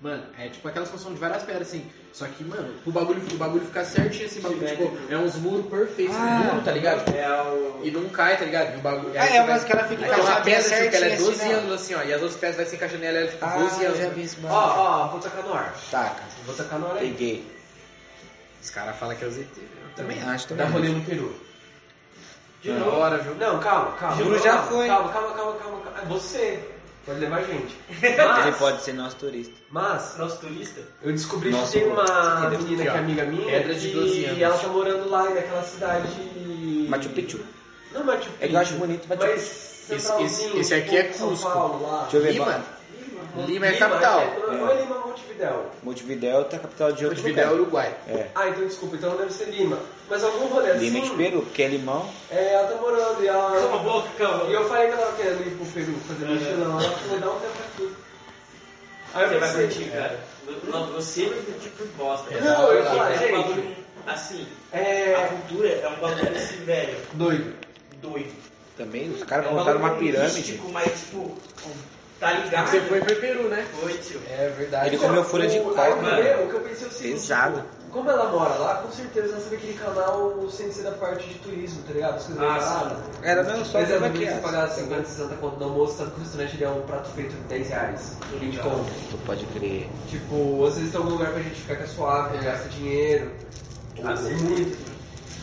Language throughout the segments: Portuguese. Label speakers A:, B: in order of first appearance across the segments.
A: Mano, é tipo aquelas construções de várias pedras, assim. Só que, mano, o bagulho, o bagulho ficar certinho, assim, bagulho,
B: Sim,
A: tipo, é uns muros perfeitos,
C: Ah.
A: muro, tá ligado?
B: É o.
A: E não cai, tá ligado? E o bagulho.
C: Ah,
A: aí
C: é,
A: você
C: mas
A: vai-
C: que ela fica
A: É uma
C: encaixadinha
A: pedra, tipo, que ela é
C: certinha,
A: 12
C: assim, né?
A: anos, assim, ó. E as outras pedras vai se encaixando nela, ela é tipo
C: Ah,
A: 12
C: eu
A: anos.
C: já
A: né?
C: vi isso,
B: Ó, é
C: mano.
B: ó, vou tacar no ar.
C: Taca.
B: Vou tacar no ar aí.
C: Peguei.
A: Os caras falam que é o ZT, velho.
C: Também acho, também
B: Dá
C: acho.
B: rolê no Peru. De
A: Da
B: novo.
A: hora, viu?
B: Não, calma, calma.
C: Juro,
B: Não,
C: já
B: calma,
C: foi.
B: Calma, calma, calma, calma. calma. É você. Pode levar a gente.
C: Ele
B: Mas,
C: pode ser nosso turista.
B: mas
D: Nosso turista?
B: eu descobri
C: Nossa,
B: que tem
C: mano,
B: uma
C: entendeu?
B: menina que
A: Aqui,
B: é
A: ó.
B: amiga minha
A: Pedra de 12 anos.
B: e ela tá morando lá naquela cidade...
C: Machu Picchu.
B: Não, Machu Picchu.
C: É que eu acho bonito Machu
B: Mas
C: Picchu.
B: centralzinho, tipo
A: Esse- esse- esse aqui é
B: São
A: Cusco.
B: Paulo, lá.
C: Deixa eu ver.
A: Lima?
C: bora.
B: Lima,
A: Lima é capital.
B: acho que é- Ou é Lima ou Montevidéu.
C: Montevidéu tá a capital de outro
A: Montevidéu é
C: lugar.
A: Uruguai.
C: É.
B: Ah, então desculpa, então deve ser Lima. Mas algum rolê
C: Lima
B: assim...
C: de Peru, porque é limão.
B: É, ela tá morando e ela...
D: Cala a boca, calma.
B: E eu falei que ela queria ir pro Peru fazer mochilão, ela falou, dá um tempo aqui. Aí eu
D: Você vai
B: pensei,
D: curtir, cara. é, Não, você vai curtir por tipo bosta. cara.
B: Não, eu ia falar,
D: É um
B: gente.
D: bagulho, assim, a
B: É.
D: cultura é um bagulho assim, velho,
B: Doido.
D: doido.
C: Também, os caras
D: É um
C: montaram uma
D: bagulho
C: pirâmide.
D: místico, mas, tipo, tá ligado?
A: Você foi pro Peru, né?
D: Foi, tio.
A: É verdade.
C: Ele comeu folha de
B: O-
C: coca,
B: aí o
D: mano.
B: meu, O que eu pensei é o seguinte:
C: Pesado.
B: tipo, como ela mora lá, com certeza ela sabe aquele canal sem ser da parte de turismo, tá ligado? As coisas
D: Ah,
B: baratas.
C: Era não, só
B: Mas
C: tava
B: é
C: aqui.
B: que você
C: ó.
B: pagar 50, 60 conto do almoço, sabe que o restaurante ele é um prato feito de 10 reais. de
D: Legal.
B: conto.
C: Tu pode crer.
B: Tipo, às vezes tem algum lugar pra gente ficar que é suave, que gasta dinheiro. Tá
D: Ah, sim.
B: muito.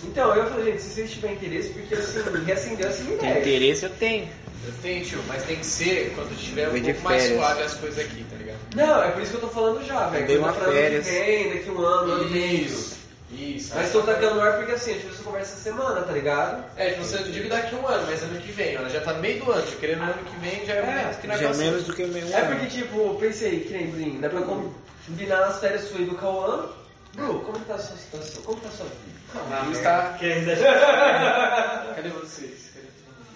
B: Então, eu falei, gente, se vocês tiverem interesse, porque assim, reacender essa
C: Tem
B: ideia.
C: interesse, eu tenho.
A: É
E: Eu tenho, tio, mas tem que ser quando tiver um
C: Vem de
E: pouco mais
C: férias.
E: suave as coisas aqui, tá ligado?
B: Não, é por isso que eu tô falando já, velho.
C: dei
B: Eu tô
C: uma
B: falando
C: férias.
B: Que vem, daqui um ano, ano e meio.
E: Isso. Isso.
B: Mas tô tacando no ar porque assim, a gente você conversa essa semana, tá ligado?
E: É, tipo, você não diga daqui um ano, mas ano que vem, ó, já tá no meio do ano, tipo, querendo ano que vem já é,
B: É,
E: menos que não
C: Já é menos do que meu.
B: É porque, tipo, eu pensei, que nem Bruninho, dá pra combinar as férias sua e do Cauã. Bru, como que tá a sua situação? Como que tá a sua vida?
E: Não, mas tá...
D: Que é exagero.
E: Cadê vocês? Cadê todo mundo?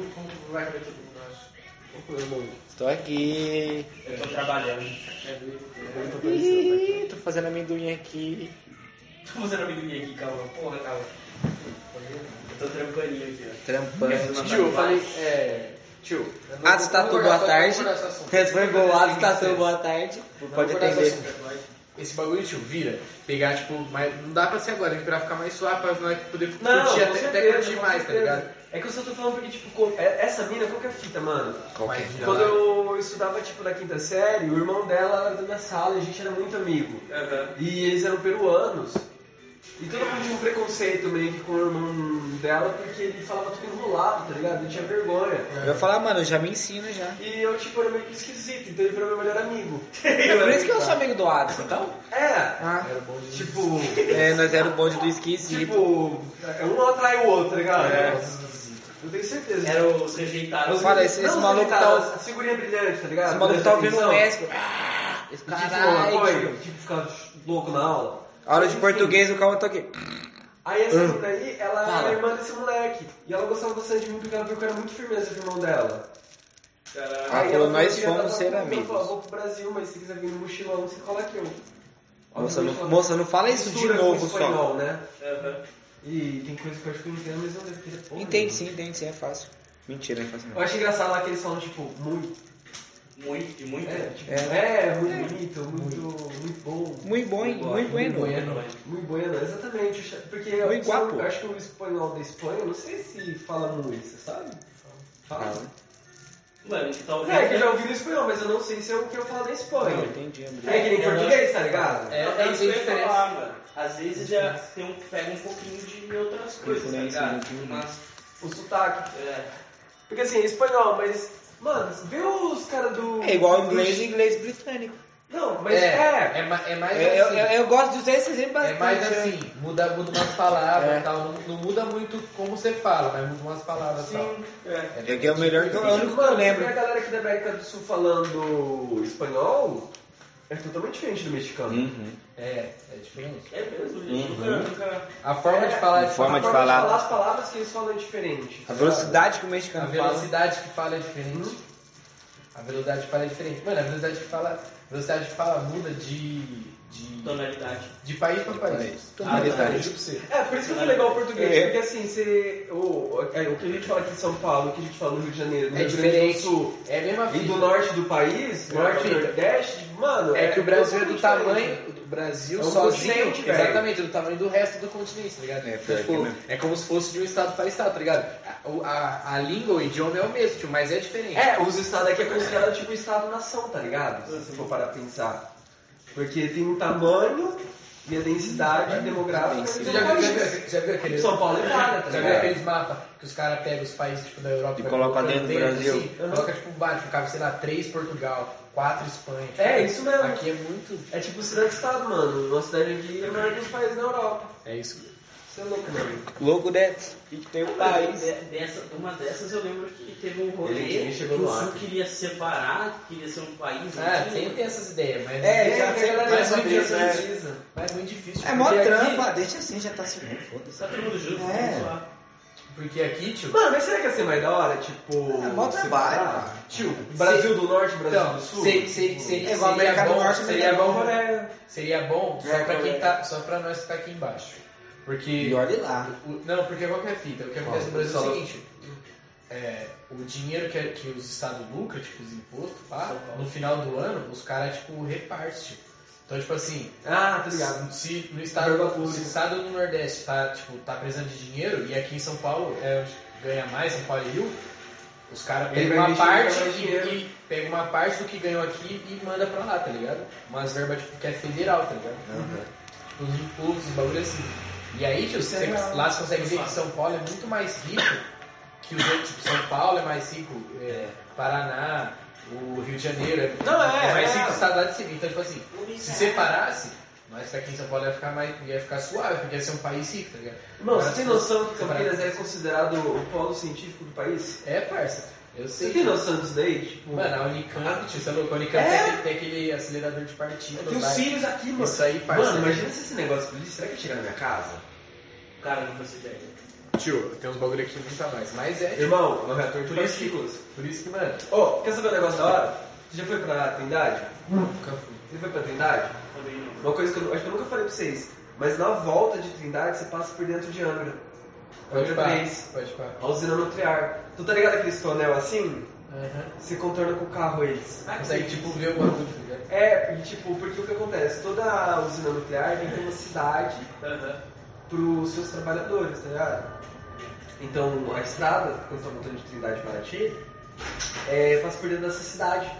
E: Ju, como vai cadê todo mundo, eu acho?
C: Tô aqui.
D: Eu tô trabalhando.
C: Ih, tô fazendo amendoim aqui.
D: Tô fazendo amendoim aqui, calma. Porra, calma. Eu tô tranquilinho aqui, ó.
C: Trampando.
A: Tio, eu falei, é... Tio... eu não
C: Ah, tu
A: vou concordar,
C: tatu, boa
A: só vou
C: tarde.
A: concordar esse assunto.
C: Foi golado, tá
A: Sim,
C: boa tarde. Não
A: Não
C: pode
A: vou dar
C: atender.
A: essa- Esse bagulho, tio, vira. Pegar, tipo, mas não dá pra ser agora, tem que esperar ficar mais suave pra
E: é
A: nós poder curtir
B: Não,
A: até,
B: com
A: até
B: certeza,
A: curtir
B: com
A: mais, tá
B: certeza.
A: ligado?
B: É que eu só tô falando porque, tipo, co- é- essa mina, qual que é a fita, mano?
C: Qual que é?
A: Mas vira
B: Quando
A: lá.
B: eu estudava, tipo, na quinta série, o irmão dela era da minha sala e a gente era muito amigo.
D: Aham.
B: E eles eram peruanos. E todo mundo tinha um preconceito meio que com o irmão dela, porque ele falava tudo enrolado, tá ligado? Eu tinha vergonha.
C: Eu ia falar, mano, eu já me ensino já.
B: E eu, tipo, era meio que esquisito, então ele virou meu melhor amigo.
C: É por isso que eu sou amigo do Adson, então.
B: Era!
C: Ah,
B: Tipo,
C: é, nós era o bonde do esquisito.
B: tipo, é, um atrai o outro, tá ligado? Eu tenho certeza.
D: Era os rejeitados.
C: Fala, esse- esse
B: Não,
C: maluco
B: tá-
C: tá-
B: a Figurinha brilhante, tá ligado?
C: Esse maluco tá ouvindo um
B: Atenção.
C: Messi. Ah,
B: E, Tipo, uma coisa,
C: Caralho.
B: tipo, ficava louco na aula.
C: A hora
B: Mas,
C: de
B: enfim,
C: português, Hum. o calma tá aqui.
B: Aí essa menina aí, ela
C: Fala.
B: era irmã desse moleque. E ela gostava bastante de mim porque ela viu que eu era muito firmeza com o irmão dela.
D: Caralho.
C: Ah,
B: Aí
C: falou,
B: ela
C: nós
B: falou
C: fomos
B: que já tava
C: ser
B: com- eu
C: amigos.
B: falava, vou pro Brasil, mas se quiser vir no mochilão, você cola aqui. eu-
C: Moça,
B: Obviamente,
C: não,
B: ela
C: moça, não fala isso de
B: mistura com
C: novo só.
B: espanhol, né?
D: Aham.
B: E tem coisa que eu acho que eu não entendo, mas eu não devo ter porra
C: Entende
B: nenhuma.
C: sim, entende sim, é fácil. Mentira, não é fácil
B: Eu
C: não.
B: acho engraçado lá que eles falam, tipo, muito.
D: Muito, e muito.
B: É, tipo,
C: É.
B: é, muito bonito, muito, muito bom.
C: Muito bom, hein? Muito bueno.
B: Muito bueno, exatamente. Porque eu,
C: Muito guapo.
B: eu acho que o espanhol da Espanha, eu não sei se fala muito, você sabe?
C: Fala.
D: Mano, tá talvez.
B: É, que eu já ouvi no espanhol, mas eu não sei se é o que eu falo da Espanha.
C: Ah. Não, entendi, André.
B: É que nem
D: Eu
B: português, tá ligado?
E: É,
D: É,
E: é
D: isso que eu ia
E: diferença.
D: falar, mano. Às vezes já tem um, pega um pouquinho de outras coisas, tá
C: Influência,
D: ligado?
C: né?
D: Mas,
B: O sotaque.
D: é,
B: Porque assim, é espanhol, mas. Mano, vê os caras do.
C: É igual
B: do-
C: inglês e inglês britânico.
B: Não, mas
E: É,
B: é.
E: é, ma- é mais
C: Eu, eu,
E: assim.
C: eu- eu gosto de usar esse exemplo
E: É
C: bastante. né?
E: mais assim, muda, muda umas palavras
C: É.
E: e tal. Não, não muda muito como você fala, mas muda umas palavras e tal.
B: Sim.
D: é.
C: É que é o melhor que eu, é o único que eu
B: Tipo, Mano,
C: lembro.
B: porque a galera aqui da América do Sul falando espanhol é totalmente diferente do mexicano.
C: Hum,
E: É, é diferente.
D: É mesmo,
C: Uhum.
D: gente. Nunca, nunca.
E: A forma de
B: É.
E: falar,
C: A
E: é
C: forma
B: A
C: de falar.
B: As palavras que eles falam é diferente.
C: A velocidade que o mexicano
E: a
C: fala.
E: velocidade que fala é diferente.
B: Hum.
E: A velocidade que fala é diferente. Mano, a velocidade que fala, a velocidade que fala muda de de,
D: Tonalidade.
A: De país Então, pra país. Tonalidade.
B: É, por isso que foi legal o português,
C: É.
B: porque assim, você, o, é, o que a gente fala aqui em São Paulo, o que a gente fala no Rio de Janeiro, no
A: É
B: Rio Grande do
A: diferente.
B: Sul
A: É a mesma
B: e do
A: fita.
B: norte do país, norte e
A: fita.
B: nordeste, mano.
A: É que o Brasil é do
B: totalmente diferente.
A: tamanho. O Brasil
B: É um
A: sozinho.
B: continente, velho.
A: Exatamente, é do tamanho do resto do continente, tá ligado?
C: É,
A: Então,
C: pior que
A: tipo,
C: mesmo.
A: é como se fosse de um estado para estado, tá ligado? A, o- a, a língua, o idioma é o mesmo, tipo, mas é diferente.
B: É, os estados aqui é considerado tipo estado-nação, tá ligado? Se você for parar pra pensar. Porque tem um tamanho e a
A: Hum,
B: densidade demográfica
A: Você
B: do
A: já viu, já
B: país.
A: viu, já viu aqueles.
B: São Paulo é Itália,
A: Já
B: tá
A: viu
B: ligado?
A: aqueles mapas que os caras pegam os países tipo, da Europa
C: E
A: vai
C: coloca
A: colocando
C: dentro do Brasil.
A: assim,
B: Uhum.
A: coloca tipo baixo, ficava, sei lá, 3 Portugal, 4 Espanha. tipo,
B: É, isso mesmo.
A: Aqui é muito.
B: É tipo cidade-estado, mano. Uma cidade aqui é maior que os países da Europa.
A: É isso.
B: Você é louco, mano.
C: Louco, né? A gente tem um país.
D: De- dessa- uma dessas eu lembro que teve um rolê
B: Ele- ele
D: que
B: chegou
D: o
B: no
D: Sul
B: Acre.
D: queria separar, queria ser um país. não
A: Ah,
D: tinha.
A: sempre tem essas ideias, mas.
B: É,
A: mas
B: já tem a galera
A: mas
B: que
A: muito
B: diz,
A: difícil,
B: diz.
A: mas é muito difícil.
C: É mó
A: porque aqui-
C: trampa, deixa assim, já tá servindo, foda-se.
D: Tá todo mundo junto,
C: É.
D: vamos lá.
A: Porque aqui, tipo, tio.
B: Mano, mas será que ia ser mais da hora? Tipo.
C: É, mó trabalho, cara.
B: Tio, Brasil do Norte, Brasil
A: Então,
B: do Sul?
A: sei, sei, sei,
C: É igual
A: seria
C: América do
A: bom-
C: Norte,
A: seria
C: América do
A: bom,
B: Coreia.
A: seria bom só
B: É,
A: pra quem
B: Coreia.
A: tá, só pra nós que tá aqui embaixo. Porque
C: E olha lá.
A: O- Não, porque qual que é a fita? O que acontece no
B: Qual?
A: Brasil é o
B: Só-
A: seguinte: é, o dinheiro que, é, que os estados lucram, tipo, os impostos, pá,
D: São Paulo.
A: no final do ano, os caras, tipo, repartem. tipo. Então, tipo assim,
B: Ah, tá ligado.
A: se no
B: Verba
A: estado,
B: pública.
A: se o estado do Nordeste tá, tipo, tá precisando de dinheiro, e aqui em São Paulo é onde ganha mais, São Paulo e Rio, os caras
B: Ele
A: pegam
B: vai
A: uma
B: investir
A: parte
B: mais
A: e,
B: dinheiro.
A: e pegam uma parte do que ganham aqui e manda pra lá, tá ligado? Umas verbas tipo, que é federal, tá ligado? Tipo, os impostos, os bagulho assim. E aí, tio, você,
C: Federal.
A: lá você consegue ver que São Paulo é muito mais rico que os outros. Tipo, São Paulo é mais rico, é, Paraná, o Rio de Janeiro é,
B: Não, é,
A: mais
B: é.
A: rico que o estado lá de cima. Então, tipo assim, se separasse, nós daqui em São Paulo ia ficar, mais, ia ficar suave, porque ia ser um país rico, tá ligado?
B: Mano,
A: Agora,
B: você tem
A: se fosse
B: noção que Campinas
A: separado-
B: é considerado o polo científico do país?
A: É, parça. Eu sei.
B: Você tem noção disso daí? Tipo,
A: Mano, a Unicamp, tio, você é louco? A Unicamp
B: É?
A: tem, tem aquele acelerador de partículas.
B: tem os
A: vai.
B: cílios aqui, mano.
A: Isso aí, parça.
B: Mano, imagina se esse negócio explodisse, será que ia chegar na minha casa?
D: Cara, né? não faço ideia.
A: Tio, tem uns bagulho aqui muito a mais. Mas é, tio.
B: Irmão, é um reator de
A: Por isso que-
B: partículas.
A: Por isso que, mano,
B: Ô, quer saber um negócio da hora? Você já foi pra Trindade?
A: nunca fui.
B: Você foi pra Trindade?
D: Também não.
B: Uma coisa que eu acho que eu nunca falei pra vocês, mas na volta de Trindade você passa por dentro de Angra.
A: Pode
B: Angra
A: pá.
B: 3,
A: Pode pá.
B: a usina nuclear. Tu tá ligado aquele tonel assim? Você contorna com o carro eles.
A: Consegue, tipo, ver o bagulho, tá ligado?
B: É, e tipo, porque o que acontece? Toda usina nuclear tem que ter uma cidade
D: Aham.
B: pros seus trabalhadores, tá ligado? Então a estrada, quando você tá montando de Trindade para ti, é, passa por dentro dessa cidade.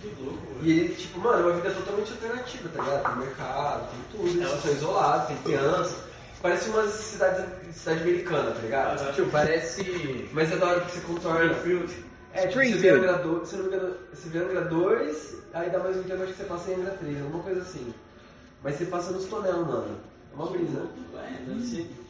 D: Que louco, mano.
B: E ele, tipo, mano, é uma vida totalmente alternativa, tá ligado? Tem mercado, tem tudo, eles são isolados, tem crianças. Parece uma cidade, cidade americana, tá ligado?
D: Aham.
A: Tio, parece.
B: Mas é da hora que você contorna.
D: Greenfield.
B: É, tipo, você vê Angra 2, se eu não me engano, você vê Angra 2, aí dá mais um tempo, acho que você passa em Angra 3, alguma coisa assim. Mas você passa nos tonel, mano. É uma brisa.
D: Ué, deve ser.